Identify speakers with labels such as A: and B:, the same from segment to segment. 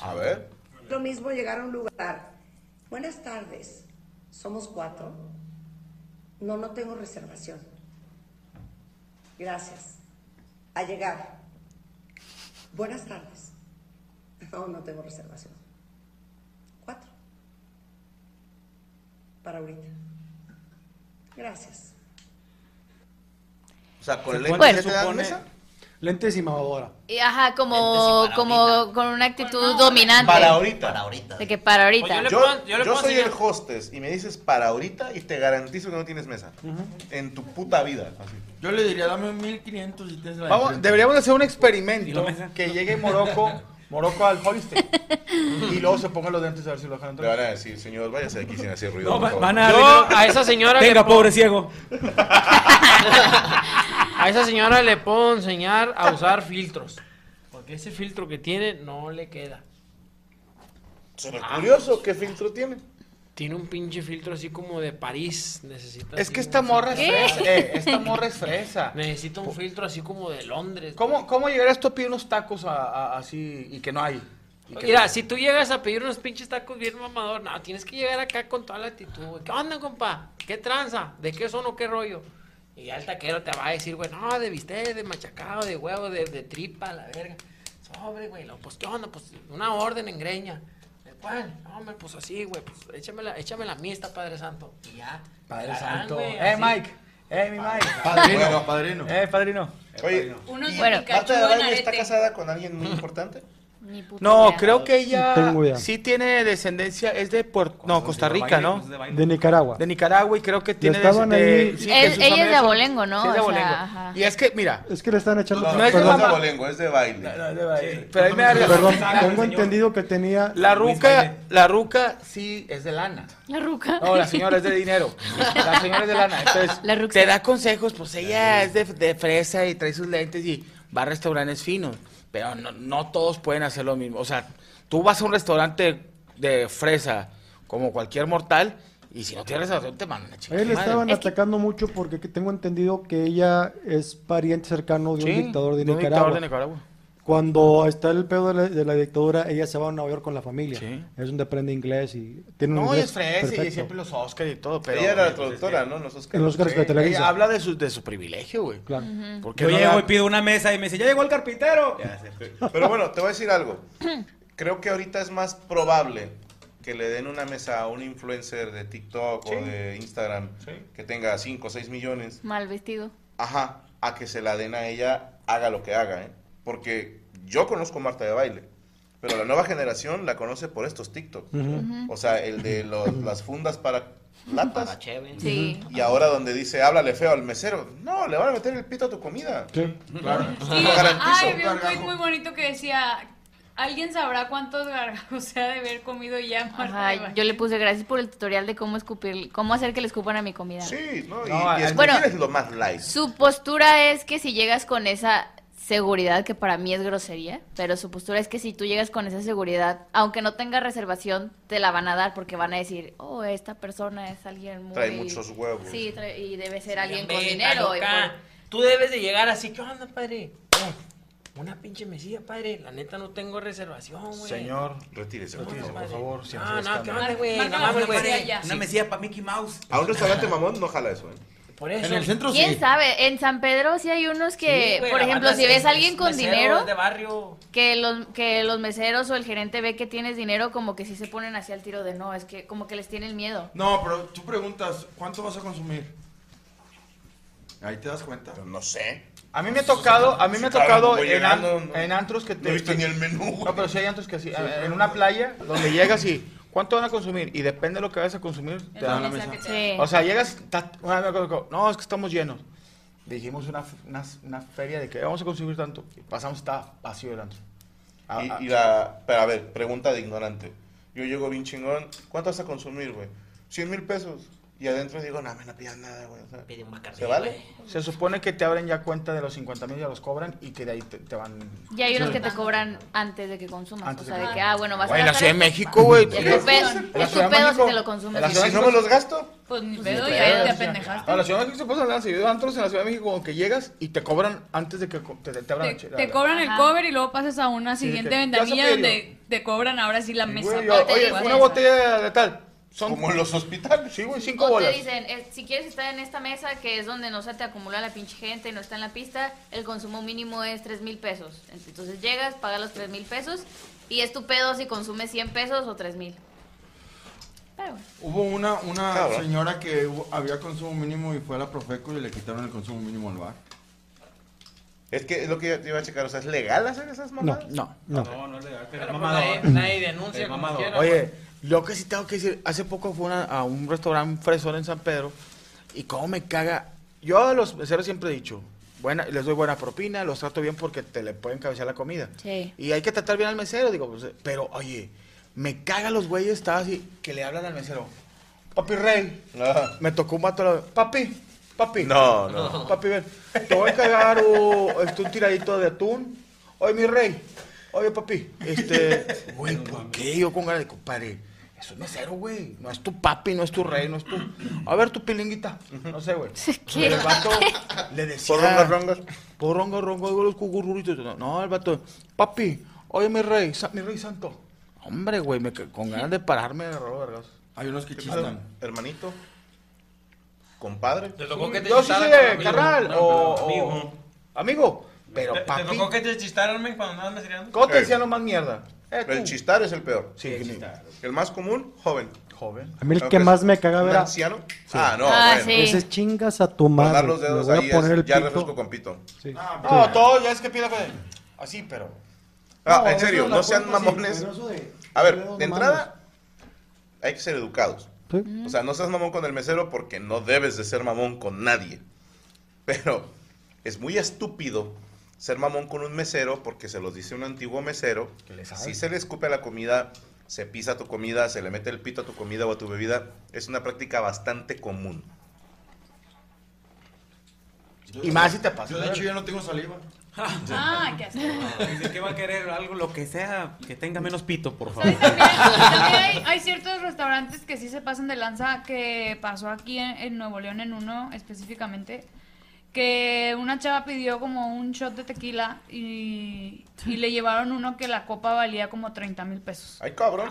A: A ver.
B: Lo mismo llegar a un lugar. Buenas tardes. Somos cuatro. No, no tengo reservación. Gracias. A llegar. Buenas tardes. No, no tengo reservación. Cuatro. Para ahorita. Gracias.
A: O sea, con el
C: Bueno,
A: lente ya
C: se
A: te dan
C: supone-
A: mesa.
C: Lentes y mamadora.
D: Y, ajá,
E: Entonces,
D: como,
E: sí, para
D: como
E: ahorita.
D: con una actitud
F: Pues no,
D: dominante.
A: Para ahorita.
E: Para ahorita.
D: De que para ahorita.
E: Oye, le-
A: Yo,
E: puedo- yo le
A: yo
E: puedo
A: soy el
E: enseñar-
A: hostess y me dices para ahorita y te garantizo que no tienes mesa. En tu puta vida. Así.
G: Yo le diría, dame 1500 y te la
C: Vamos,
G: enfrente.
C: deberíamos hacer un
G: ¿Y
C: experimento
G: la mesa?
C: que llegue Morocco, Morocco al Hollister y luego se ponga los dentes a ver si lo dejan
A: Te
C: entrar.
A: van a decir, señor, váyase de aquí sin hacer ruido.
H: No,
A: por
H: va-
A: favor".
H: van a.
I: Yo a esa señora le
H: Venga,
I: puedo-
H: pobre ciego.
I: a esa señora le puedo enseñar a usar filtros. Porque ese filtro que tiene no le queda.
A: Súper curioso, ¿qué filtro tiene?
I: Tiene un pinche filtro así como de París. Necesita
C: Es
I: así
C: que
I: un-
C: esta morra es
D: ¿Qué?
C: fresa. eh, esta morra es fresa.
I: Necesita un filtro así como de Londres.
C: ¿Cómo, cómo llegarías tú a pedir unos tacos a- a- así y que no hay? Y que-
I: Pues Mira, si tú llegas a pedir unos pinches tacos bien mamador, no, tienes que llegar acá con toda la actitud, güey. ¿Qué onda, compa? ¿Qué tranza? ¿De qué son o qué rollo? Y ya el taquero te va a decir, güey, no, de bistec, de machacado, de huevo, de, de tripa, la verga. Sobre, güey, lo, pues, ¿qué onda? Pues, una orden en greña. ¿De cuál? No, hombre, pues así, güey, pues, échamela, échamela a mí esta Padre Santo. Y ya.
C: Padre
I: te la dan,
C: santo.
I: güey,
C: Eh,
I: así.
C: Mike. Eh, mi Mike.
G: Padrino,
A: Bueno.
G: padrino.
C: Eh, padrino.
A: Oye,
F: Uno de
D: Bueno,
A: ¿Marta
F: Pikachu
A: de
F: en
A: Baile está
F: arete.
A: casada con alguien muy importante?
D: Ni puta
C: No,
D: idea.
C: creo que ella
J: Tengo idea.
C: sí tiene descendencia, es de Puerto, no, Costa Rica, ¿no?
J: De Nicaragua.
C: De Nicaragua y creo que tiene
J: estaban ahí-
C: sí,
D: Es-
C: que
D: ella
C: sus
D: es de
C: familias son-
D: Abolengo, ¿no?
C: Sí, es de
D: O sea,
C: Abolengo.
D: ajá.
C: Y es que, mira,
J: Es que le están echando.
A: No,
C: no es de
A: es
J: perdón,
A: de
C: mamá.
A: bolengo, es de baile.
C: pero ahí me da
J: perdón,
C: la-
J: tengo entendido que tenía.
C: La ruca, la ruca sí es de lana.
D: La ruca.
C: No, la señora es de dinero. La señora es de lana. Entonces,
D: La ruca.
C: te da consejos, pues ella es de, de fresa y trae sus lentes y va a restaurantes finos. Pero no, no todos pueden hacer lo mismo. O sea, tú vas a un restaurante de fresa como cualquier mortal y si no tienes restaurante te mandan a
J: A
C: chingar
J: él
C: tu madre.
J: estaban atacando mucho porque que tengo entendido que ella es pariente cercano de un
C: Sí,
J: dictador de
C: un
J: Nicaragua.
C: dictador de Nicaragua.
J: Cuando está el pedo de la, de la dictadura, ella se va a Nueva York con la familia.
C: Sí.
J: Es donde aprende inglés y tiene un
C: No, y
J: inglés
C: es fresa y
J: perfecto.
C: siempre los Oscars y todo, pero...
A: Ella era la traductora, ¿no? Los Oscars.
J: En los Oscars
C: Sí,
J: de
C: ella
J: Televisa.
C: habla de su, de su privilegio, güey.
J: Claro.
C: Porque
H: Yo
C: no
H: llego
C: la-
H: y pido una mesa y me dice, ya llegó el carpintero.
A: Pero bueno, te voy a decir algo. Creo que ahorita es más probable que le den una mesa a un influencer de TikTok o de Instagram que tenga 5 o 6 millones.
D: Mal vestido.
A: Ajá, a que se la den a ella, haga lo que haga, ¿eh? Porque yo conozco a Marta de baile, pero la nueva generación la conoce por estos TikTok. O sea, el de los- las fundas para latas.
E: Para chévere.
D: Sí.
A: Y ahora donde dice, háblale feo al mesero. No, le van a meter el pito a tu comida.
J: Sí.
F: Sí,
A: Lo garantizo.
F: ay, vi un tweet muy bonito que decía, alguien sabrá cuántos gargajos se ha de haber comido ya Marta de
D: Ajá,
F: Baile?"
D: yo le puse gracias por el tutorial de cómo escupir, cómo hacer que le escupan a mi comida.
A: Sí, no, y,
C: No,
A: y
C: es-
A: escupir
D: Bueno.
A: es lo más light.
D: Su postura es que si llegas con esa seguridad, que para mí es grosería, pero su postura es que si tú llegas con esa seguridad, aunque no tengas reservación, te la van a dar porque van a decir, oh, esta persona es alguien muy...
A: Trae muchos huevos.
D: Sí, trae- y debe ser alguien
I: Ve,
D: con
I: está
D: dinero. y
I: loca.
D: por-
I: Tú debes de llegar así, ¿qué onda, padre? Eh, Una pinche mesilla, padre. La neta no tengo reservación, güey.
C: Señor,
A: Retírese, por
C: retírese, por
A: favor.
I: Madre.
C: favor. sin
I: No, no,
C: escándalos.
I: ¿qué onda, güey?
F: Marca
I: No
F: la
I: mames,
F: fotografía
I: güey.
F: ya.
H: Una mesilla para Mickey Mouse.
A: A un restaurante mamón no jala eso, ¿eh?
I: Por eso.
G: En el centro
C: Pues
G: sí.
D: ¿Quién sabe? En San Pedro sí hay unos que,
I: Sí, güey,
D: por
I: la
D: ejemplo,
I: banda
D: si
I: es-
D: ves a
I: es
D: alguien con
I: mesero,
D: dinero,
I: es de barrio.
D: que los, que los meseros o el gerente ve que tienes dinero, como que sí se ponen hacia el tiro de no, es que como que les tienen miedo.
G: No, pero tú preguntas, ¿cuánto vas a consumir? Ahí te das cuenta.
A: No sé.
C: A mí me ha tocado, a mí me ha
A: Sí, claro,
C: tocado
A: voy
C: en,
A: llegando,
C: an-
A: no-
C: en antros que te...
A: No he visto
C: que-
A: ni el menú, güey.
C: No, pero sí hay antros que sí, en una playa donde llegas y ¿cuánto van a consumir? Y depende de lo que vayas a consumir, te
F: Es
C: dan la
F: la
C: mesa.
F: mesa que te
D: Sí.
C: O sea, llegas, ta- una vez me acuerdo que, no, es que estamos llenos. Dijimos una, f- una, una feria de que vamos a consumir tanto. Y pasamos, está vacío el antro. Ah,
A: Y,
C: ah,
A: y la. Pero a ver, pregunta de ignorante. Yo llego bien chingón. ¿Cuánto vas a consumir, güey? 100 mil pesos. Y adentro digo, no me no pidas nada, güey. o sea,
K: Pide un Bacardí,
A: ¿Se vale?
K: güey.
E: Se supone que te abren ya cuenta de los 50 mil, ya los cobran y que de ahí te, te van.
D: Y hay unos que te cobran antes de que consumas.
E: Antes
D: o sea,
E: de
D: de
E: que-
D: que, ah, bueno, vas a
C: Güey, en la
D: gastar
C: Ciudad de
D: esto.
C: México, güey.
D: Es tu pedo,
C: En la
D: es tu
C: Ciudad de
D: pedo si
C: México-
D: te lo
C: en la
A: ¿Y
D: consumes.
C: Ciudad
A: si
C: de
A: no me los gasto?
F: Pues ni
C: Ni
F: pedo,
C: pedo,
F: ya
C: o
F: te
C: sea,
F: apendejaste.
E: A la Ciudad de México se pasa lanza. Yo de antros en la Ciudad de México, aunque llegas y te cobran antes de que co- te, te abran
F: Te,
E: la chela.
F: te cobran el
D: Ajá.
F: cover y luego pasas a una siguiente
E: que-
F: ventanilla
E: ¿qué hace
F: donde te cobran ahora sí la mesa.
E: Güey,
F: aparte,
E: oye,
F: igual.
E: una botella de tal. Son
A: Como en los hospitales.
E: Sí, güey, cinco
D: O te
E: bolas.
D: dicen, eh, si quieres estar en esta mesa, que es donde no se te acumula la pinche gente y no está en la pista, el consumo mínimo es 3 mil pesos. Entonces llegas, pagas los 3 mil pesos y es tu pedo si consumes 100 pesos o 3 mil. Pero bueno.
G: Hubo una, una
A: Cabrón.
G: señora que hubo- había consumo mínimo y fue a la Profeco y le quitaron el consumo mínimo al bar.
A: Es que es lo que yo te iba a checar. O sea, ¿es legal hacer esas
J: No,
A: mamadas?
C: No.
J: no.
H: No, no es legal,
K: Pero
H: pero eh, es
K: pues
H: mamador.
K: nadie, nadie denuncia
H: Es
K: como
H: mamador.
K: quiera,
C: Oye,
K: güey.
C: lo que sí tengo que decir, hace poco fue a un restaurante fresón en San Pedro y cómo me caga. Yo a los meseros siempre he dicho, buena, les doy buena propina, los trato bien porque te le pueden cabecear la comida.
D: Sí.
C: Y hay que tratar bien al mesero, digo, pues, pero oye, me caga los güeyes, estaba así, que le hablan al mesero, papi rey,
A: No.
C: me tocó un vato, a la- papi, papi.
A: No, no.
C: Papi, ven, te voy a cagar o, este, un tiradito de atún. Oye, mi rey. Oye, papi. Este, güey, ¿por qué yo con ganas de compadre? Eso es mesero, güey. No es tu papi, no es tu rey, no es tu. A ver, tu pilinguita. No sé, güey.
D: ¿Qué?
C: El vato le decía.
A: Por rongas, rongas.
C: Por rongo, rongo, digo, los cucurruritos. No, No, el vato, papi, oye, mi rey, sa- mi rey santo. Hombre, güey, me ca- con ganas de pararme, agarró vergas.
G: Hay unos que
A: ¿Qué pedo,
G: chistan.
A: Hermanito. Compadre.
K: Te tocó que te
C: Yo sí
K: chistaran
C: sé,
K: como amigo.
C: carnal,
H: No,
C: o,
H: pero amigo.
C: o- amigo, pero
H: ¿Te,
C: papi.
H: te tocó que te chistaran men, cuando andabas mesereando?
C: ¿Cómo te
A: Eh.
C: decían lo más mierda? Eh,
A: Pero el
C: tú.
A: chistar es el peor.
C: Sí, que ni-
A: El más común, joven.
C: joven.
J: A mí el
A: Creo
J: que
A: es
J: más me caga
A: un
J: ver a...
A: anciano. Ah, no,
D: Ah,
A: bueno.
D: sí.
J: Ese es chingas a tu madre.
A: Guardar los
J: me
A: dedos
J: voy
A: ahí
J: a poner
A: es,
J: el
A: ya
J: pito.
A: refresco con pito.
J: Sí.
C: No, todo ya es que pida con- Ah, Así, pero.
A: Ah,
J: No,
A: en serio,
J: eso la
A: no sean
J: culpa sí,
A: mamones.
J: pero eso de-
A: A ver,
J: no
A: de
J: mames.
A: entrada, hay que ser educados.
J: Sí.
A: O sea, no seas mamón con el mesero porque no debes de ser mamón con nadie. Pero es muy estúpido ser mamón con un mesero porque se los dice un antiguo mesero. Si se le escupe a la comida, se pisa tu comida, se le mete el pito a tu comida o a tu bebida, es una práctica bastante común.
C: Y más si te pasa.
G: Yo de hecho ya no tengo saliva.
F: Ah, qué asco.
H: Dice que va a querer algo, lo que sea, que tenga menos pito, por favor.
F: ¿Sabes? También, también hay, hay ciertos restaurantes que sí se pasan de lanza, que pasó aquí en, en Nuevo León, en uno específicamente, que una chava pidió como un shot de tequila y, y le llevaron uno que la copa valía como 30 mil pesos.
A: Ay, cabrón.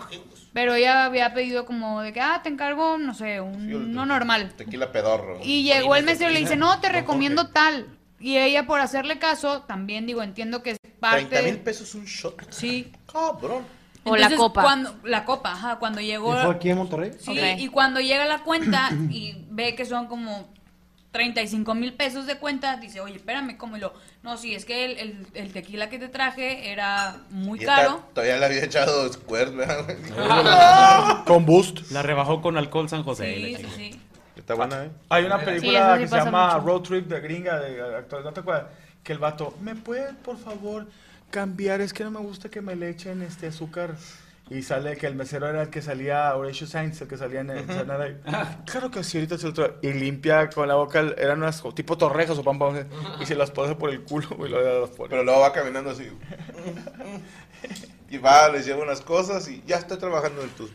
F: Pero ella había pedido como de que, ah, te encargo, no sé, un- uno normal.
A: Tequila pedorro.
F: Y llegó el mesero y le dice, no, te recomiendo tal. Y ella, por hacerle caso, también digo, entiendo que es
A: 30
F: parte...
A: mil
F: de-
A: pesos un shot.
F: Sí.
A: Cabrón.
D: O la copa.
F: Cuando, la copa, ajá, cuando
J: ¿Y
F: llegó...
J: fue aquí en Monterrey?
F: Sí,
D: Ok.
F: y cuando llega la cuenta y ve que son como 35 mil pesos de cuenta, dice, oye, espérame, ¿cómo? Y lo, no, sí, es que el, el- el tequila que te traje era muy
A: Y esta-
F: caro.
A: todavía le había echado Squirt, ¿verdad?
E: Con Boost.
H: La rebajó con alcohol San José.
F: Sí,
H: la
F: sí,
H: chingada.
F: sí.
A: Está buena, ¿eh?
E: Hay una
D: Sí,
E: película
D: eso sí
E: que se
D: pasa
E: llama
D: mucho.
E: Road Trip de gringa, de actores, ¿no te acuerdas? Que el vato, ¿me puede, por favor, cambiar? Es que no me gusta que me le echen este azúcar. Y sale que el mesero era el que salía, Horatio Sainz, el que salía en el Saturday Night Live.
D: Ah.
E: Claro que sí, ahorita es el otro. Y limpia con la boca, el- eran unas co- tipo torrejas o pan, pan, y se las pone por el culo y lo las pone.
A: Pero luego va caminando así. Y va, les lleva unas cosas y ya está trabajando en tu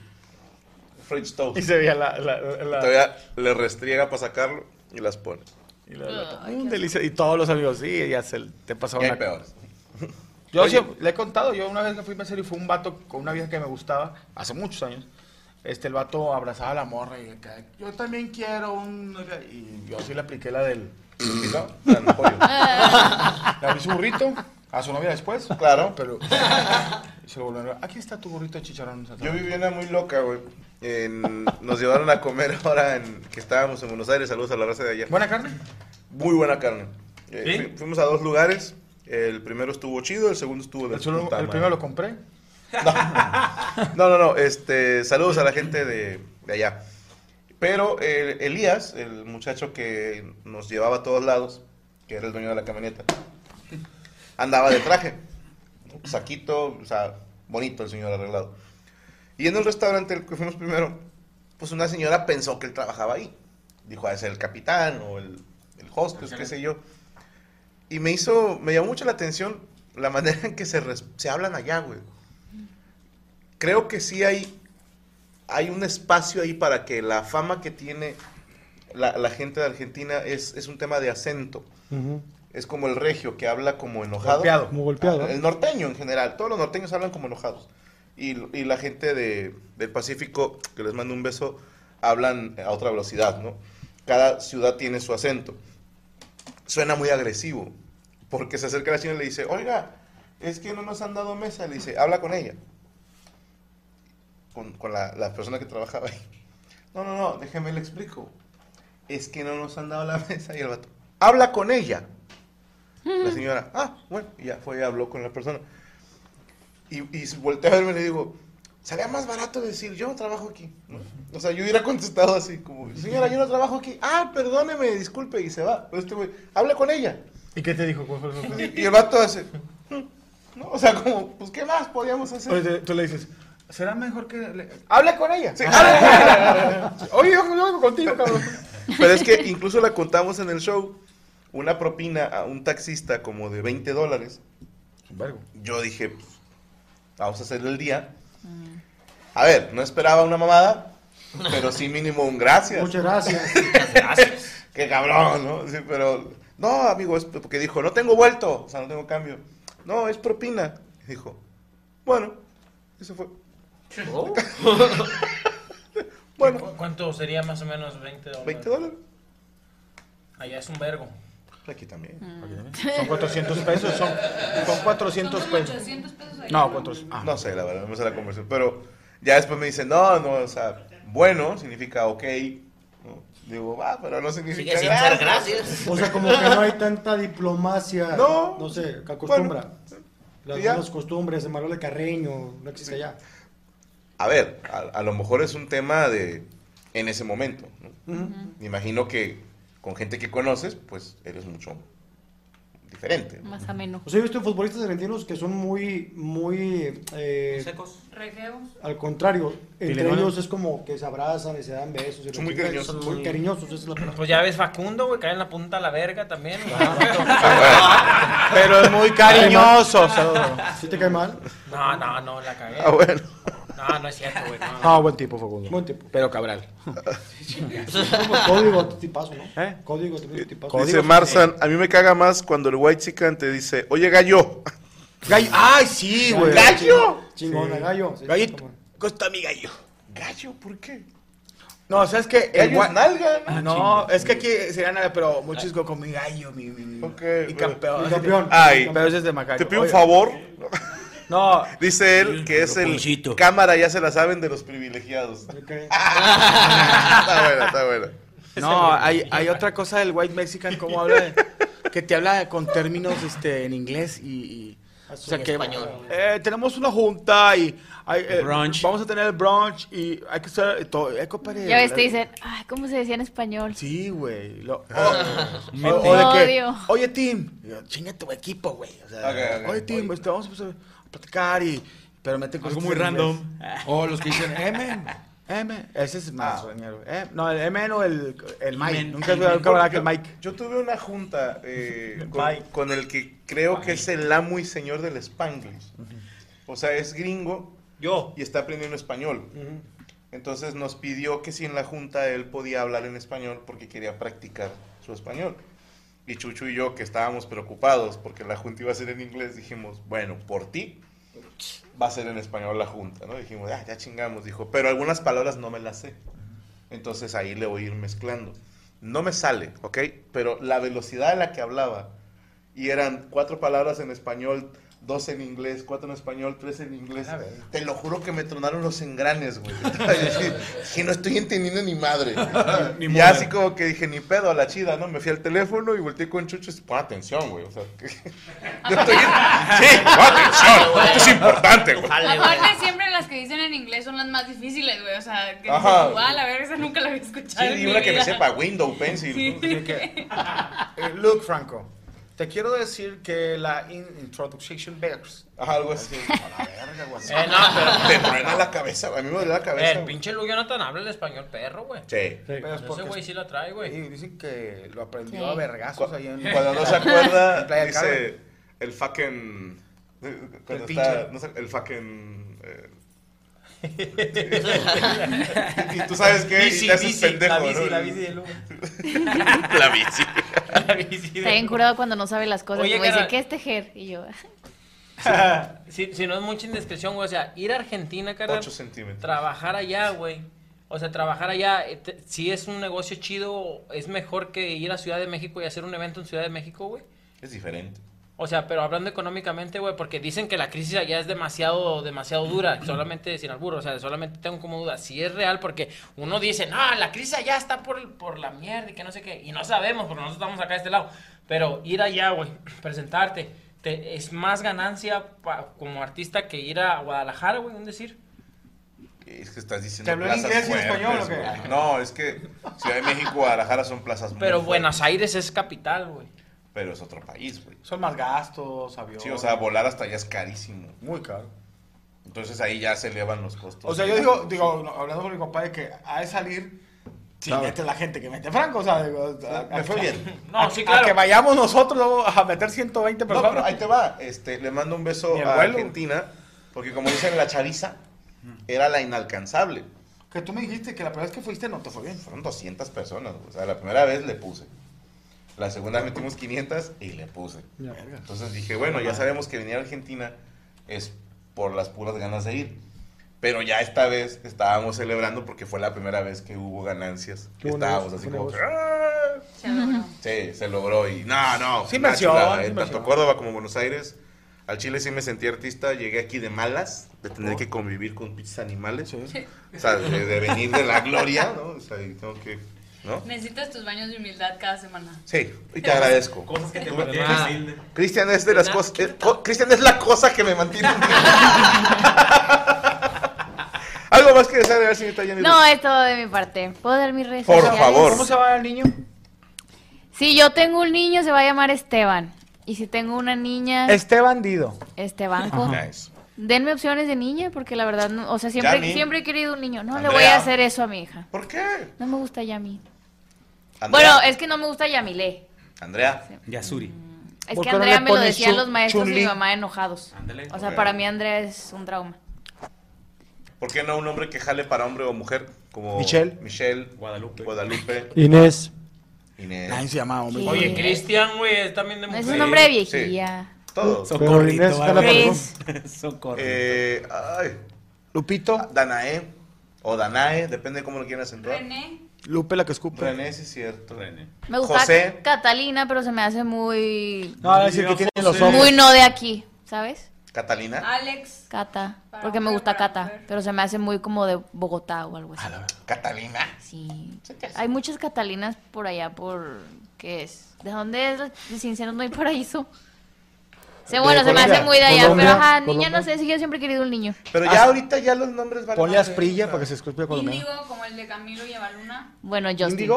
A: French toast.
E: Y
A: Y
E: se veía la... la, la- la-
A: todavía le restriega para sacarlo y las pone.
E: y la- la- un delicia. Y todos los amigos, sí, ya se te
A: Y
E: pasaban
A: hay
E: la...
A: peores.
E: Yo
A: Oye.
E: siempre- le he contado, yo una vez que fui mesero y fue un vato con una vieja que me gustaba, hace muchos años. Este, el vato abrazaba a la morra y acá, yo también quiero un... Y yo sí le apliqué la del...
A: Y no, pues tan pollo.
D: Ah.
E: Le abrí su burrito, a su novia después.
A: Claro.
E: Pero... Y se lo volvió a negar, Aquí está tu burrito de chicharrón.
A: Yo viví una muy loca, güey. En- nos llevaron a comer ahora en, que estábamos en Buenos Aires. Saludos a la raza de allá.
E: ¿Buena carne?
A: Muy buena carne. Eh,
H: ¿Sí?
A: fui- fuimos a dos lugares. El primero estuvo chido, el segundo estuvo de
E: El, solo-
A: puta
E: el
A: madre.
E: primero lo compré.
A: No, no, no. Este, saludos a la gente de, de allá. Pero eh, Elías, el muchacho que nos llevaba a todos lados, que era el dueño de la camioneta, andaba de traje. Saquito, o sea, bonito el señor arreglado. Y en el restaurante al que fuimos primero, pues una señora pensó que él trabajaba ahí. Dijo, a ser el capitán o el, el hostess, qué sé yo. Y me hizo, me llamó mucho la atención la manera en que se, res- se hablan allá, güey. Creo que sí hay, hay un espacio ahí para que la fama que tiene la, la gente de Argentina es, es un tema de acento.
J: Ujú.
A: Es como el regio que habla como enojado. Ah,
J: Golpeado. Como golpeado.
A: El norteño en general. Todos los norteños hablan como enojados. Y, y la gente de, del Pacífico, que les mando un beso, hablan a otra velocidad, ¿no? Cada ciudad tiene su acento. Suena muy agresivo. Porque se acerca la señora y le dice, oiga, es que no nos han dado mesa. Le dice, habla con ella. Con, con la, la persona que trabajaba ahí. No, no, no, déjeme le explico. Es que no nos han dado la mesa. Y el vato, habla con ella. La señora, ah, bueno, y ya fue y habló con la persona. Y, y volteé a verme y le digo, sería más barato decir, yo no trabajo aquí. ¿no? O sea, yo hubiera contestado así, como, señora, yo no trabajo aquí. Ah, perdóneme, disculpe, y se va. Pero este güey, habla con ella.
E: ¿Y qué te dijo? ¿Cuál fue
A: Y el vato hace, "Mm", ¿no? O sea, como, pues, ¿qué más podíamos hacer?
C: Pues, eh.
E: Oye, tú le dices, será mejor que... le-
A: Habla con ella.
E: Oye, yo, yo vengo contigo, cabrón.
A: Pero es que incluso la contamos en el show, una propina a un taxista como de 20 dólares. Yo dije, pues, vamos a hacerle el día. A ver, no esperaba una mamada, pero sí mínimo un gracias.
L: Muchas gracias.
A: Qué cabrón, ¿no? Sí, pero... No, amigo, es porque dijo, no tengo vuelto, o sea, no tengo cambio. No, es propina. Y dijo, bueno, eso fue.
H: Oh,
I: bueno. ¿Cuánto sería más o menos 20 dólares?
A: 20 dólares.
I: Allá es un vergo.
A: Aquí también.
E: Son 400 pesos, son, son 400
C: Pues
E: pesos.
A: No, ¿cuántos?
I: Ah.
A: No sé, la verdad, no sé la conversión. Pero ya después me dicen, no, no, o sea, bueno significa ok. ¿no? Digo, ah, pero no significa
I: Sigue sin ser gracias.
L: O sea, como que no hay tanta diplomacia.
A: No.
L: No sé, que acostumbra. las
A: y ya.
L: buenas costumbres, de Manuel de Carreño, no existe allá.
A: A ver, a, a lo mejor es un tema de en ese momento. ¿no? Me imagino que con gente que conoces, pues eres mucho diferente.
D: Más ameno.
L: O sea, yo he visto futbolistas argentinos que son muy, muy... eh,
I: Secos.
F: Regueo.
L: Al contrario, entre
I: Tilerones.
L: ellos es como que se abrazan y se dan besos. y
I: Son
L: la
I: muy
L: chingada,
I: cariñosos.
L: Son muy cariñosos, esa es la palabra.
I: Pues ya ves Facundo, güey, cae en la punta a la verga también. güey.
A: Ah,
E: Pero es muy cariñoso. o sea,
L: ¿Sí te cae mal?
I: No, no, no, la cagué.
E: Ah, bueno.
I: No, no es cierto, güey. No.
J: Ah, buen tipo, Facundo.
L: Buen tipo.
C: Pero cabral.
L: Código tipazo, ¿no?
J: ¿Eh?
L: Código tipazo.
A: Dice Marzan, a mí me caga más cuando el white chican te dice, oye gallo.
J: Gallo, ay, sí,
L: güey.
J: ¡Gallo!
L: Chingona,
J: Sí.
L: gallo. Sí,
J: Gallo.
L: toma.
J: Costa mi gallo.
A: Gallo, ¿por qué?
C: No, ¿sabes qué? El
J: Gallo es
C: gua-
J: nalga,
C: Ah,
J: ¿no?
C: No,
J: Chinga.
C: es que aquí sería nalga, pero muchos go con mi gallo, mi, mi, mi- mi campeón.
A: mi campeón.
G: Ah,
A: Ay.
C: pero ese es de Macario.
A: Te pido un
C: Oye.
A: favor.
C: No.
A: Dice él que es el
C: Loponcito.
A: cámara, ya se la saben de los privilegiados.
G: ah,
A: está buena, está buena.
C: No, hay, hay otra cosa del white mexican, cómo habla, de- que te habla con términos este, en inglés y... y- o sea
I: en
C: que
I: español.
C: eh, tenemos una junta y hay, eh, vamos a tener el brunch y hay que hacer todo. eh, compadre,
D: Ya ves,
C: la-
D: te dicen, ay, ¿cómo se decía en español?
C: Sí, güey. Lo- o-
D: Me
C: o, o de que,
D: odio.
C: Oye, Tim, y yo, chinga tu equipo, güey. O sea,
G: Ok, ok.
C: Oye, Tim, este, vamos a empezar a platicar y. Pero meten
G: Algo
C: cosas
G: muy
C: en
G: random.
C: inglés.
G: O los que dicen,
C: M. M. Ese es
E: Ah.
C: más sueñero. Eh, no, el M o el, el Mike.
A: Men-
C: Nunca
A: men-
C: he hablado que el Mike.
A: Yo tuve una junta eh, con,
C: Bye.
A: con el que creo que es el amo y señor del Spanglish. O sea, es gringo. Yo. Y está aprendiendo español. Entonces nos pidió que si en la junta él podía hablar en español porque quería practicar su español. Y Chuchu y yo, que estábamos preocupados porque la junta iba a ser en inglés, dijimos, bueno, por ti va a ser en español la junta, ¿no? Dijimos, ah, ya chingamos, dijo, pero algunas palabras no me las sé. Entonces ahí le voy a ir mezclando. No me sale, ¿ok? Pero la velocidad a la que hablaba, y eran cuatro palabras en español, dos en inglés, cuatro en español, tres en inglés. Te lo juro que me tronaron los engranes, güey. que no estoy entendiendo ni madre.
G: Ni
A: y ya
G: modo.
A: así como que dije, ni pedo a la chida, ¿no? Me fui al teléfono y volteé con Chucho y dije, pon atención, güey. O sea, que... yo estoy... Sí, pon
G: Ah,
A: atención. Esto es importante, güey.
F: Aparte, siempre las que dicen en inglés son las más difíciles, güey. O sea, que
A: Ajá.
F: dices, "Guau, la verga, esa nunca la había escuchado.
A: Sí,
F: en
A: y
F: mi
A: una que me
F: vida".
A: sepa, window, pencil.
F: Sí.
A: ¿no?
F: Sí,
C: Luke Franco.
E: eh, Te quiero decir que la in- Introduction Bears.
A: Ajá, algo así.
I: Eh, no, pero-
A: Te truena la cabeza, güey, a mí me duele la cabeza.
I: El pinche Lu Jonathan habla el español perro, güey.
A: Sí.
I: Pero Ese güey sí la trae, güey.
E: Y dicen que lo aprendió
I: Sí.
E: a vergazos ahí en.
A: Cuando no se
E: en
A: acuerda,
E: Playa del
A: dice
E: Carmen.
A: el fucking. eh, Cuando
E: El
A: está,
E: pinche.
A: no sé, el fucking. eh, y, y tú sabes qué, y
I: Bici,
A: te haces
I: bici,
A: pendejo,
I: la bici, la
A: ¿no?
I: bici de Lu.
A: La bici.
I: La bici de
D: Está bien
I: Lu.
D: curado cuando no sabe las cosas.
I: Oye,
D: como dice,
I: carnal.
D: ¿qué es tejer? Y yo,
I: si, si no es mucha indiscreción, güey, o sea, ir a Argentina, carnal.
A: Ocho centímetros.
I: Trabajar allá, güey. O sea, trabajar allá, eh, te- si es un negocio chido, es mejor que ir a Ciudad de México y hacer un evento en Ciudad de México, güey.
A: Es diferente.
I: O sea, pero hablando económicamente, güey, porque dicen que la crisis allá es demasiado, demasiado dura, solamente sin albur, o sea, solamente tengo como duda si es real, porque uno dice, no, la crisis allá está por, el- por la mierda y que no sé qué, y no sabemos, porque nosotros estamos acá de este lado, pero ir allá, güey, presentarte, te- es más ganancia pa- como artista que ir a Guadalajara, güey, un decir.
A: Es que estás diciendo
I: ¿Te habló en
A: plazas
I: inglés y en
A: fuertes,
I: español o qué?
A: güey. No, es que Ciudad de México, Guadalajara son plazas muy
I: Pero
A: fuertes,
I: Buenos Aires es capital, güey.
A: Pero es otro país, güey.
E: Son más gastos, aviones.
A: Sí, o sea, volar hasta allá es carísimo.
E: Muy caro.
A: Entonces ahí ya se elevan los costos.
E: O sea, yo digo, digo, no, hablando con mi papá de que a salir, si
A: Claro.
E: mete la gente que mete Franco, o sea, digo, a-
A: Me
E: a-
A: fue
E: a-
A: bien.
E: a- a que vayamos nosotros luego a meter 120
A: No,
E: personas.
A: pero ahí te va. Este, le mando un beso
E: Mi
A: a
E: abuelo.
A: Argentina, porque como dicen la chariza, era la inalcanzable.
E: Que tú me dijiste que la primera vez que fuiste no te fue bien.
A: Fueron 200 personas. güey. O sea, la primera vez le puse. La segunda vez metimos 500 y le puse. Entonces dije, bueno, ya sabemos que venir a Argentina es por las puras ganas de ir. Pero ya esta vez estábamos celebrando porque fue la primera vez que hubo ganancias.
J: Qué buen
A: estábamos
J: negocio,
A: así
J: qué
A: como,
J: negocio.
A: "Ah". sí, se logró y no, no.
E: Sí,
A: una
E: inversión,
A: chulada, ¿eh?
E: inversión.
A: Tanto Córdoba como Buenos Aires. Al Chile sí me sentí artista, llegué aquí de malas, de
E: Oh.
A: tener que convivir con pinches animales. O sea, de, de venir de la gloria, ¿no? O sea, y tengo que, ¿no?
M: Necesitas tus baños de humildad cada semana.
A: Sí, y te agradezco.
M: Cosas que te
A: Tú-
M: mantienen
A: Ah,
M: humilde.
A: Cristian es de las cosas. eh, co- Cristian es la cosa que me mantiene. humilde. Algo más que desear, señorita Jenny.
D: no, es todo de mi parte. ¿Puedo dar mis redes
A: Por
D: sociales?
A: favor.
E: ¿Cómo se va el niño?
D: Si yo tengo un niño, se va a llamar Esteban. Y si tengo una niña,
E: Este bandido.
D: Estebanco. Denme opciones de niña, porque la verdad, no- o sea,
A: Yami.
D: siempre, siempre he querido un niño. No le
A: Andrea.
D: voy a hacer eso a mi hija.
A: ¿Por qué?
D: No me gusta Yami.
A: Andrea.
D: Bueno, es que no me gusta Yamile.
A: Andrea. Yasuri.
D: Es
A: ¿Por
D: que
A: qué no
D: Andrea
A: le
D: me lo
A: pones
D: decían
A: Chun-
D: los maestros y mi
A: Chun-Li?
D: mamá enojados.
A: Ándale.
D: O sea,
A: Ok.
D: para mí Andrea es un trauma.
A: ¿Por qué no un hombre que jale para hombre o mujer? Como
J: Michelle.
A: Michelle. Guadalupe. Guadalupe.
J: Inés.
A: Inés.
C: Nadie se llama hombre.
I: Oye, Cristian, güey, es también de
D: No, es
I: mujer.
D: un hombre de
A: sí.
D: viejilla.
A: Todo.
J: Pero Inés jala para
D: Chris.
A: Eh, ay. Lupito. Danae. O Danae, depende de cómo lo quieran acentuar.
M: René.
J: Lupe la que escupe.
A: René, sí es cierto.
D: Me gusta
A: José.
D: Catalina, pero se me hace muy.
J: No, va a decir que tiene los ojos.
D: Muy no de aquí, ¿sabes?
A: Catalina.
M: Alex.
D: Cata. Porque me gusta Cata, pero se me hace muy como de Bogotá o algo así.
A: Catalina.
D: Sí. Hay muchas Catalinas por allá, por. ¿Qué es? ¿De dónde es? De Cinceros no hay paraíso. Se,
A: De
D: bueno, se me
A: Colombia.
D: hace muy de allá,
J: Colombia,
D: pero ajá,
J: Colombia.
D: niña, no sé, si yo siempre he querido un niño.
A: Pero ya ahorita ya los nombres van
J: Ah. Ponle asprilla para que se escuche colombiano.
M: Índigo, como el de Camilo y Avaluna,
D: Bueno, Justin.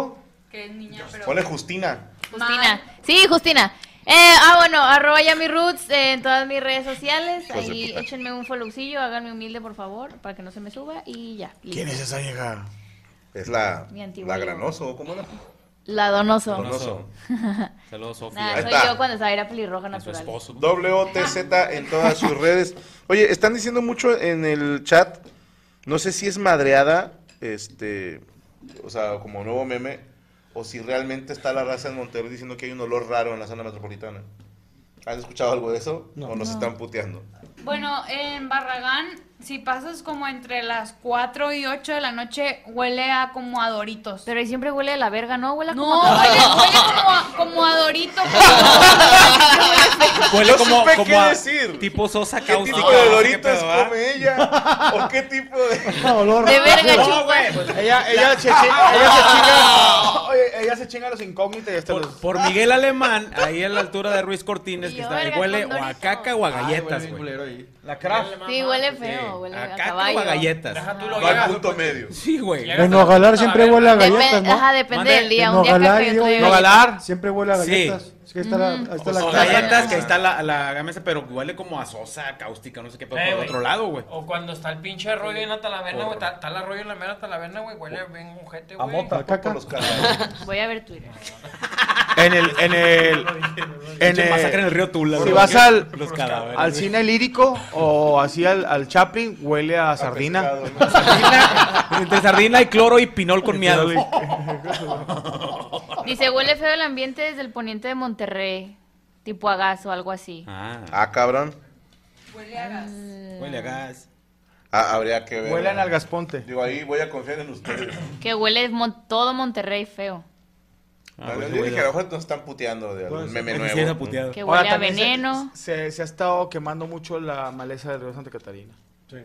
M: que es niña, pero.
A: Ponle Justina.
D: Justina. Sí, Justina. Eh, ah, bueno, arroba ya mi roots eh, en todas mis redes sociales.
A: Hijos de
D: Ahí
A: puta.
D: échenme un followcillo, háganme humilde, por favor, para que no se me suba y ya. listo.
A: ¿Quién es esa vieja? Es la,
D: Mi antiguo
A: la
D: yo.
A: granoso, ¿cómo era?
D: La Donoso.
A: Donoso.
H: Saludos,
D: Nah,
A: Ahí
D: soy
A: está.
D: yo cuando estaba era pelirroja natural.
A: WOTZ en todas sus redes. Oye, están diciendo mucho en el chat. No sé si es madreada, este, o sea, como nuevo meme, o si realmente está la raza en Monterrey diciendo que hay un olor raro en la zona metropolitana. ¿Han escuchado algo de eso? ¿O nos
M: No.
A: están puteando?
F: Bueno, en Barragán, si pasas como entre las 4 y 8 de la noche, huele a como a Doritos.
D: Pero ahí siempre huele a la verga, ¿no? Huele
F: no, como huele, huele como a, como a Dorito.
H: Huele
A: No
H: como,
A: supe
H: como
A: qué
H: a
A: decir.
H: tipo Sosa
A: ¿Qué
H: Causa.
A: tipo de Doritos come ella? ¿O qué tipo de...?
J: De
E: verga,
A: No,
E: chupa.
A: güey, pues-
E: Ella, ella, se, chi- ella se chinga. Oye, ella se chinga a los incógnitos y hasta los.
H: Por Miguel Alemán, ahí a la altura de Ruiz Cortines, que
D: yo,
H: está ahí,
D: verga,
H: huele
D: con
H: o a
D: Doritos.
H: caca o a galletas,
E: bien
H: güey.
E: La craft.
D: Sí, huele feo, huele
H: a
D: a,
H: caca
D: caballo.
H: o a galletas.
D: Ajá.
A: Va al punto medio.
H: Sí, güey.
J: En Nogalar siempre huele a
D: Depen-
J: galletas, ¿no?
D: ajá, depende
H: Mande.
D: del día.
J: En
D: Un día
J: Nogalar,
D: café,
J: yo-
D: otro día
J: Nogalar
D: galletas.
J: Siempre huele a
H: Sí,
J: galletas. que ahí está la- ahí está la
H: o
J: casa.
H: galletas, que ahí está la, la gama esa, pero huele como a sosa, cáustica, no sé qué, pero
I: Eh,
H: por
I: güey.
H: otro lado, güey.
I: O cuando está el pinche arroyo en la talaverna, güey.
H: Por-
I: Está está el arroyo en la mera talaverna, güey. Huele bien un jete, güey.
A: por los canales.
D: Voy a ver Twitter.
C: En el, en el, en
K: Eh,
H: Pinche masacre en el río Tula,
C: Si
H: güey.
C: vas al,
H: Los cadáveres.
C: al cine lírico o así al, al Chaplin, huele a sardina.
H: Entre sardina y cloro y pinol con miado.
D: Dice, huele feo el ambiente desde el poniente de Monterrey, tipo a gas o algo así.
H: Ah.
A: cabrón.
M: Huele a gas.
D: Mm.
H: Huele a gas.
A: Ah, habría que ver.
C: Huele a
A: ¿no?
C: nalgasponte.
A: Digo, ahí voy a confiar en ustedes.
D: Que huele mon- todo Monterrey feo.
A: Ah, yo
C: pues,
A: dije
C: huele.
A: que a lo mejor nos están puteando de algún meme nuevo. ¿no?
D: Que huele a
C: también se-
D: veneno.
C: Se, se ha estado quemando mucho la maleza del río Santa Catarina. Sí.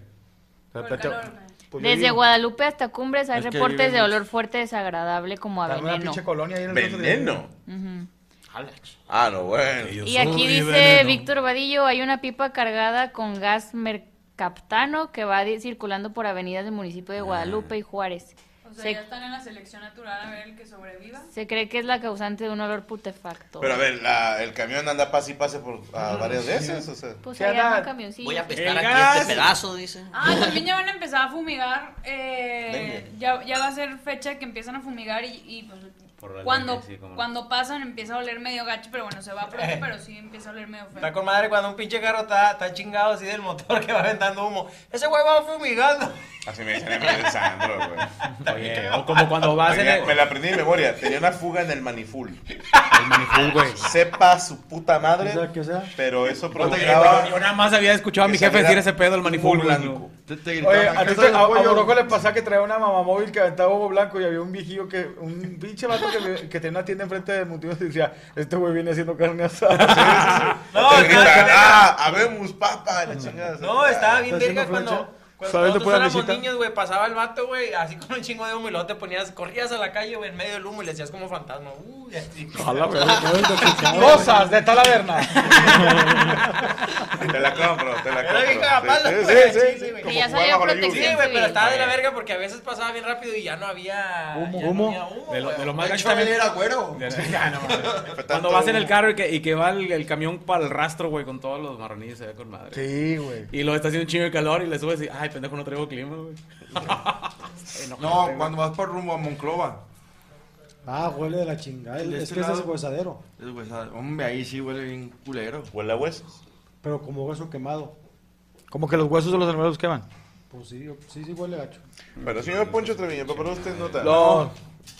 C: pues,
D: Desde Guadalupe hasta Cumbres hay
C: Es que
D: reportes
C: viven
D: de
C: mucho.
D: olor fuerte desagradable como a
C: Dame una
D: veneno.
C: pinche colonia ahí en el centro de-
A: Mm. ¿Veneno?
D: Ujú.
I: Alex.
A: Ah, no, bueno.
D: Y aquí dice Víctor Vadillo, hay una pipa cargada con gas mercaptano que va di- circulando por avenidas del municipio
A: Ah.
D: de Guadalupe y Juárez.
M: O sea, ya
D: Se,
M: están en la selección natural a ver el que sobreviva.
D: se cree que es la causante de un olor putefacto.
A: Pero a ver, la- el camión anda pase y pase por ah, varias veces. O sea.
D: Pues
A: Sí,
D: ahí anda
A: anda-
D: un camioncillo.
A: Voy a
K: Pescar
A: El
K: aquí
A: gas.
K: este pedazo, dice.
M: Ah, también ya van a empezar a fumigar. eh,
K: Dengue.
M: ya, ya va a ser fecha que empiezan a fumigar y, y, pues,
H: Por la
M: cuando,
H: dengue, sí, cómo no.
M: cuando pasan empieza a oler medio gacho, pero bueno, se va pronto, pero sí empieza a oler medio feo.
K: Está con madre cuando un pinche carro está, está chingado así del motor que va aventando humo. Ese güey va fumigando.
A: Así me decían a mí de Sandro, güey.
H: Oye, o como cuando vas en
A: Tenía-
H: el-
A: Me la aprendí de memoria. Tenía una fuga en el maniful.
H: El maniful, güey.
A: Sepa su puta madre. Pero eso provocaba...
H: Yo nada más había escuchado a mi
A: Que
H: jefe
A: saliera
H: decir ese pedo, el maniful, güey.
E: Oye, a, ti te- a- a Boroco le pasaba que traía una mamá móvil que aventaba huevo blanco y había un viejillo que, un pinche vato que, ve- que tenía una tienda enfrente de Multiverso y decía, este güey viene haciendo carne asada.
A: No, te gritan, ah, habemos papa, la chingada.
K: No, estaba bien
E: ¿Está
K: verga
E: haciendo
K: cuando,
E: plancha?
K: cuando
E: ¿Sabes de
K: nosotros
E: pura
K: éramos
E: visita?
K: niños, güey, pasaba el vato, güey, así con un chingo de humo y luego te ponías, corrías a la calle, güey, en medio del humo y le hacías como fantasma. Uy, así.
E: Cosas de talaverna.
A: Te la compro, te la
K: Era bien cagapalo,
A: compro. Sí,
K: güey,
A: sí,
K: sí,
A: sí,
K: güey.
A: como
D: ya
A: jugar
D: sabía
A: bajo la
D: protección
A: lluvia.
K: Sí, güey, pero estaba de la verga porque a veces pasaba bien rápido y ya no había
H: Humo.
K: ya no
H: Humo.
K: había humo,
H: De lo,
K: güey.
H: de lo más
K: De
H: gacho
K: hecho,
H: también.
K: él era güero.
H: De- Ya, no, mames.
A: tanto
H: Cuando vas en el
A: humo.
H: carro y que, y que va el, el camión para el rastro, güey, con todos los marronillos, se ve con madre.
E: Sí, güey.
H: Y luego está haciendo un chingo de calor y le subes y, ay, pendejo, no traigo clima, güey.
G: No, cuando vas por rumbo a Monclova.
L: Ah, huele de la chingada.
G: De
L: Es
G: este
L: que ese es
G: lado.
L: huesadero.
G: Es huesa- pues, ah, Hombre, ahí sí huele bien culero.
A: Huele a huesos.
L: Pero como hueso quemado.
C: Como que los huesos de los animales queman.
L: Pues sí, sí, sí huele gacho.
A: Pero señor Poncho Treviño, pero usted no está.
C: No.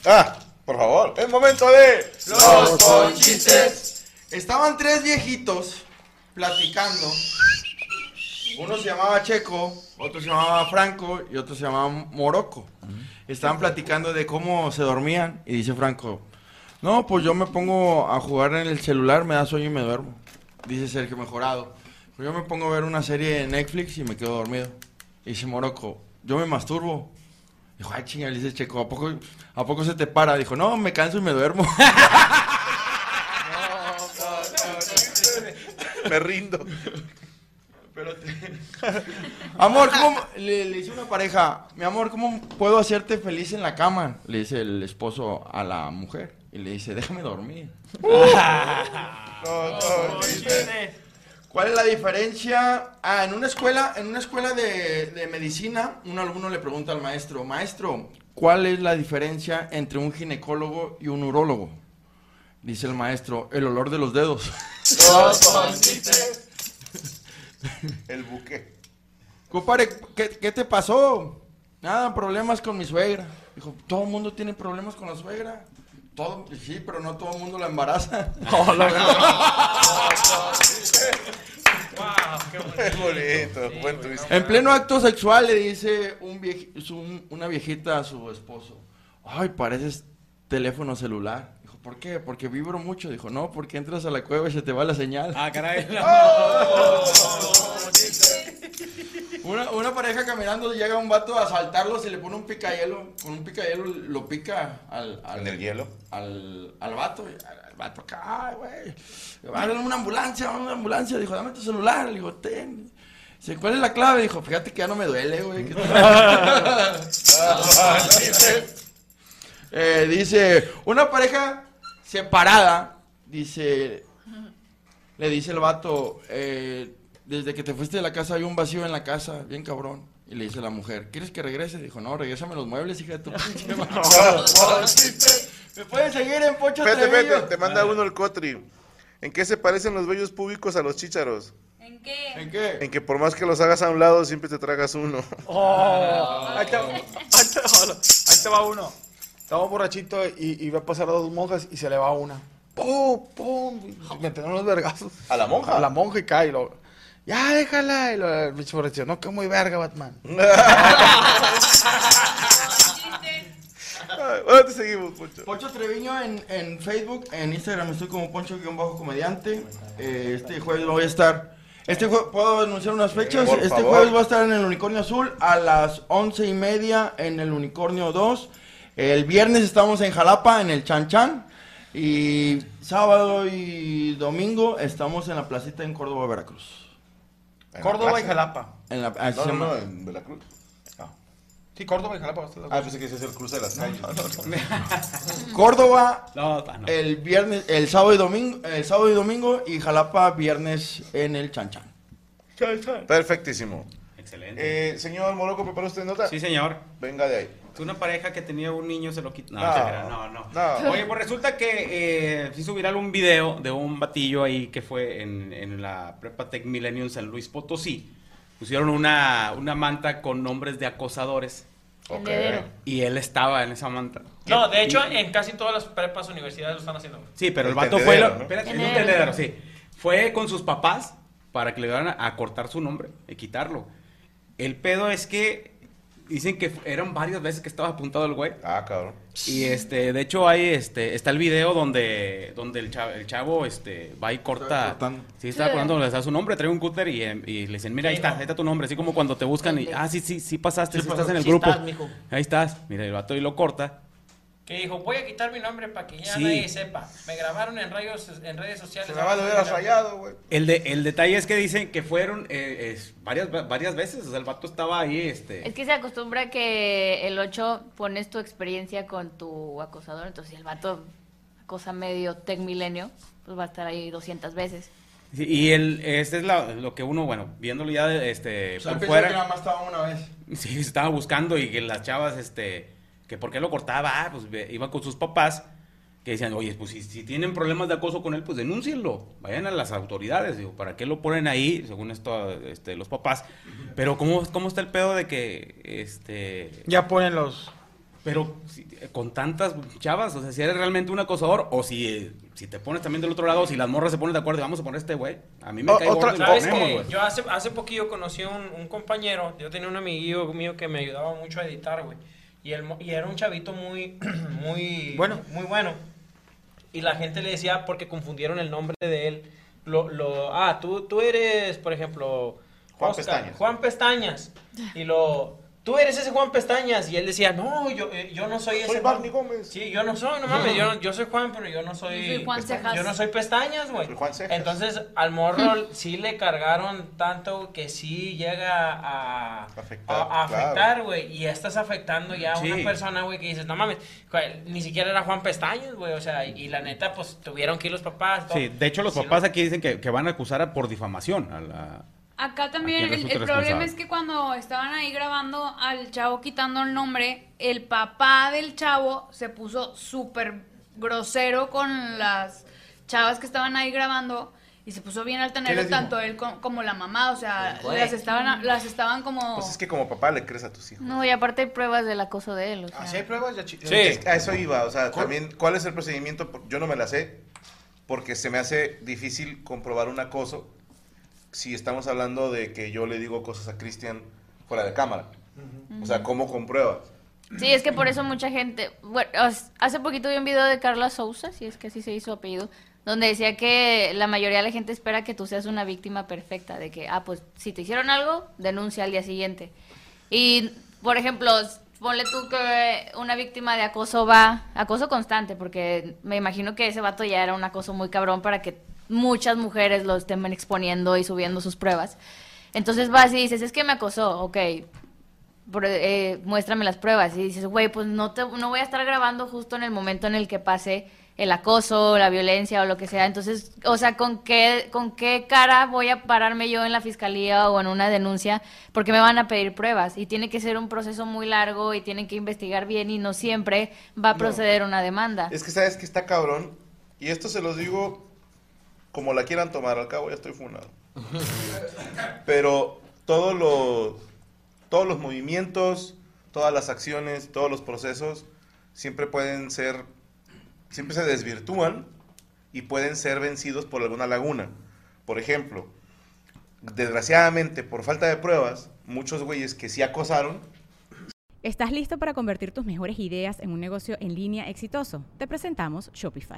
A: Ah, por favor, es momento de.
G: Los ponchistes. Estaban tres viejitos platicando. Uno se llamaba Checo, otro se llamaba Franco y otro se llamaba Morocco. Estaban platicando de cómo se dormían y dice Franco, no, pues yo me pongo a jugar en el celular, me da sueño y me duermo. Dice Sergio Mejorado, "Pues yo me pongo a ver una serie de Netflix y me quedo dormido. Y dice Morocco, yo me masturbo. Dijo, ay chinga, le dice Checo, ¿a poco, ¿a poco se te para? Dijo, no, me canso y me duermo.
A: Me rindo.
G: Amor, ¿cómo? Le, le dice una pareja, mi amor, ¿cómo puedo hacerte feliz en la cama? Le dice el esposo a la mujer. Y le dice, déjame dormir. ¿Cuál es la diferencia? Ah, en una escuela, en una escuela de, de medicina, un alumno le pregunta al maestro, maestro, ¿cuál es la diferencia entre un ginecólogo y un urólogo? Dice el maestro, el olor de los dedos.
A: El buque.
G: Compadre, ¿qué, qué te pasó? Nada, problemas con mi suegra. Dijo, todo el mundo tiene problemas con la suegra. Todo, sí, pero no todo el mundo la embaraza.
A: Es bonito, buen twist.
G: En pleno acto sexual le dice un vieji- su- un- una viejita a su esposo, ay, pareces teléfono celular. Dijo, ¿por qué? Porque vibro mucho. Dijo, no, porque entras a la cueva y se te va la señal.
H: Ah, caray. Oh,
G: Una, una pareja caminando llega un vato a asaltarlos y le pone un picayelo. Con un picayelo lo pica al. al
A: ¿En el hielo?
G: Al, al vato. y Al, al vato acá, "Ay, güey. Va a haber una ambulancia, va a haber una ambulancia. Dijo, dame tu celular. Le digo, ten. Dice, ¿cuál es la clave? Dijo, fíjate que ya no me duele, güey. que- Eh, dice, una pareja separada dice, le dice el vato, eh, desde que te fuiste de la casa hay un vacío en la casa, bien cabrón. Y le dice la mujer, ¿quieres que regrese? Dijo, no, regrésame los muebles, hija de tu pinche madre". Me pueden seguir en Pocho
A: Espérate,
G: Trevillo.
A: espérate, te manda uno el Cotri. ¿En qué se parecen los bellos públicos a los chícharos?
F: ¿En qué?
G: ¿En qué?
A: En que por más que los hagas a un lado, siempre te tragas uno.
E: Oh, ahí, te, ahí te- ahí te va uno. Estaba un borrachito y, y va a pasar a dos monjas y se le va una. ¡Pum! ¡Pum! Y Me tenían unos vergazos.
A: ¿A la monja?
E: A la monja y cae. Y lo, ya, déjala. Y lo, el bicho borrachito, no, que muy verga, Batman.
A: Ahora Ah, te seguimos, Pocho.
G: Poncho Treviño en, en Facebook, en Instagram estoy como Poncho-comediante. Eh, este jueves voy a estar. Este jue- ¿Puedo anunciar unas fechas?
A: Eh, Por
G: este
A: favor.
G: jueves voy a estar en el Unicornio Azul a las once y media en el Unicornio 2. El viernes estamos en Jalapa, en el Chan Chan. Y sábado y domingo estamos en la placita en Córdoba, Veracruz.
A: En la Córdoba plaza. y Jalapa.
G: En la, así
A: No,
G: se
A: no,
G: llama.
A: no, en Veracruz.
E: Sí, Córdoba y Jalapa. hasta la-
A: Ah, pensé que ese es el cruce de las calles.
G: Córdoba el viernes, el sábado y domingo, el sábado y domingo y Jalapa viernes en el Chan Chan.
A: Perfectísimo.
H: Excelente.
A: Eh, señor Moroco, ¿preparó usted nota?
H: Sí, señor.
A: Venga de ahí.
H: Que Una pareja que tenía un niño se lo quitó. No,
A: No,
H: no, no,
A: no.
H: Oye, pues resulta que eh, se hizo viral un video de un batillo ahí que fue en, en la Prepa Tech Millennium San Luis Potosí. Pusieron una, una manta con nombres de acosadores.
A: Ok.
H: Y él estaba en esa manta.
I: No, de hecho, en casi todas las prepas, universidades lo están haciendo. güey.
H: Sí, pero el,
I: El
H: vato fue.
I: tendedero,
H: lo-
I: ¿no?
H: espérate,
I: Tendedero.
H: es un tendedero, sí. Fue con sus papás para que le dieran a, a cortar su nombre y quitarlo. El pedo es que dicen que fu- eran varias veces que estaba apuntado el güey.
A: Ah, cabrón.
H: Y este, de hecho, hay este, está el video donde, donde el chavo, el chavo este, va y corta. Sí, está
I: Sí.
H: cortando, le da su nombre, trae un cúter y, em, y le dicen, mira, ahí está, ahí está tu nombre. Así como cuando te buscan y, ah, sí, sí, sí pasaste, sí, estás en el
I: Sí
H: grupo.
I: estás, mijo.
H: Ahí estás. Mira, el vato y lo corta.
I: Que dijo, voy a quitar mi nombre para que ya
H: Sí.
I: nadie sepa. Me grabaron en, rayos, en redes sociales.
A: Se la va a haber rayado, güey.
H: El, de- el detalle es que dicen que fueron eh, es- varias, varias veces, o sea, el vato estaba ahí, este...
D: Es que se acostumbra que el 8 pones tu experiencia con tu acosador, entonces si el vato cosa medio tech milenio, pues va a estar ahí 200 veces.
H: Y el, este es la- lo que uno, bueno, viéndolo ya de- este,
G: O sea,
H: por
G: pensé
H: fuera,
G: que nada más estaba una vez.
H: sí, estaba buscando y que las chavas, este, que por qué lo cortaba, ah, pues ve- iba con sus papás, que decían, oye, pues si, si tienen problemas de acoso con él, pues denúncienlo, vayan a las autoridades, digo, ¿para qué lo ponen ahí, según esto, este, los papás? Pero ¿cómo, cómo está el pedo de que, este...
E: Ya ponen los...
H: Pero si- con tantas chavas, o sea, si eres realmente un acosador o si, eh, si te pones también del otro lado, si las morras se ponen de acuerdo y vamos a poner este güey. A mí me cae gordo y lo
I: ¿Sabes
H: ponemos,
I: qué?
H: güey.
I: Yo hace, hace poquillo conocí a un, un compañero, yo tenía un amiguillo mío que me ayudaba mucho a editar, güey. Y, el mo- y era un chavito muy, muy bueno. Muy bueno. Y la gente le decía, porque confundieron el nombre de él, lo, lo, ah, tú, tú eres, por ejemplo,
A: Juan
I: Oscar,
A: Pestañas.
I: Juan Pestañas. Y lo, tú eres ese Juan Pestañas. Y él decía, no, yo, eh, yo no soy ese.
A: Soy
I: Juan".
A: Barney Gómez.
I: Sí, yo no soy, no mames, yo, yo soy Juan, pero yo no soy...
F: Yo soy Juan Cejas.
I: Yo no soy pestañas, güey. Entonces, al morro sí le cargaron tanto que sí llega a a- a afectar, güey. Y ya estás afectando ya a
H: Sí.
I: una persona, güey, que dices, no mames, güey, ni siquiera era Juan Pestañas, güey. O sea, y, y la neta, pues tuvieron que ir los papás. todo.
H: Sí, de hecho los
I: Sí,
H: papás aquí dicen que, que van a acusar a- por difamación a la...
F: Acá
H: ¿A
F: también
H: quién
F: el, el
H: resulta
F: problema
H: responsable?
F: es que cuando estaban ahí grabando al chavo quitando el nombre, el papá del chavo se puso súper grosero con las chavas que estaban ahí grabando y se puso bien
A: ¿Qué
F: altanero
A: les dijo?
F: tanto él co- como la mamá, o sea,
A: güey.
F: las estaban las estaban como
A: Pues es que como papá le crees a tus hijos.
D: No, y aparte hay pruebas del acoso de él. O sea.
A: hay pruebas? Ya
D: Sí.
A: Es que A eso iba, o sea, también, ¿cuál es el procedimiento? Por- Yo no me la sé, porque se me hace difícil comprobar un acoso si estamos hablando de que yo le digo cosas a Cristian fuera de cámara. O sea, ¿cómo comprueba?
D: Sí, es que por eso mucha gente. Bueno, as- hace poquito vi un video de Carla Sousa, si es que así se hizo apellido, donde decía que la mayoría de la gente espera que tú seas una víctima perfecta, de que, ah, pues si te hicieron algo, denuncia al día siguiente. Y, por ejemplo, s- ponle tú que una víctima de acoso va, acoso constante, porque me imagino que ese vato ya era un acoso muy cabrón para que muchas mujeres lo estén exponiendo y subiendo sus pruebas. Entonces vas y dices, es que me acosó, ok, por- eh, muéstrame las pruebas. Y dices, güey, pues no, te, no voy a estar grabando justo en el momento en el que pase el acoso, la violencia o lo que sea. Entonces, o sea, ¿con qué, ¿con qué cara voy a pararme yo en la fiscalía o en una denuncia? Porque me van a pedir pruebas y tiene que ser un proceso muy largo y tienen que investigar bien y no siempre va a
A: No.
D: proceder una demanda.
A: Es que sabes que está cabrón. Y esto se los digo como la quieran tomar. Al cabo ya estoy funado. Pero todo lo- todos los movimientos, todas las acciones, todos los procesos siempre pueden ser, siempre se desvirtúan y pueden ser vencidos por alguna laguna. Por ejemplo, desgraciadamente por falta de pruebas, muchos güeyes que sí acosaron
N: ¿Estás listo para convertir tus mejores ideas en un negocio en línea exitoso? Te presentamos Shopify.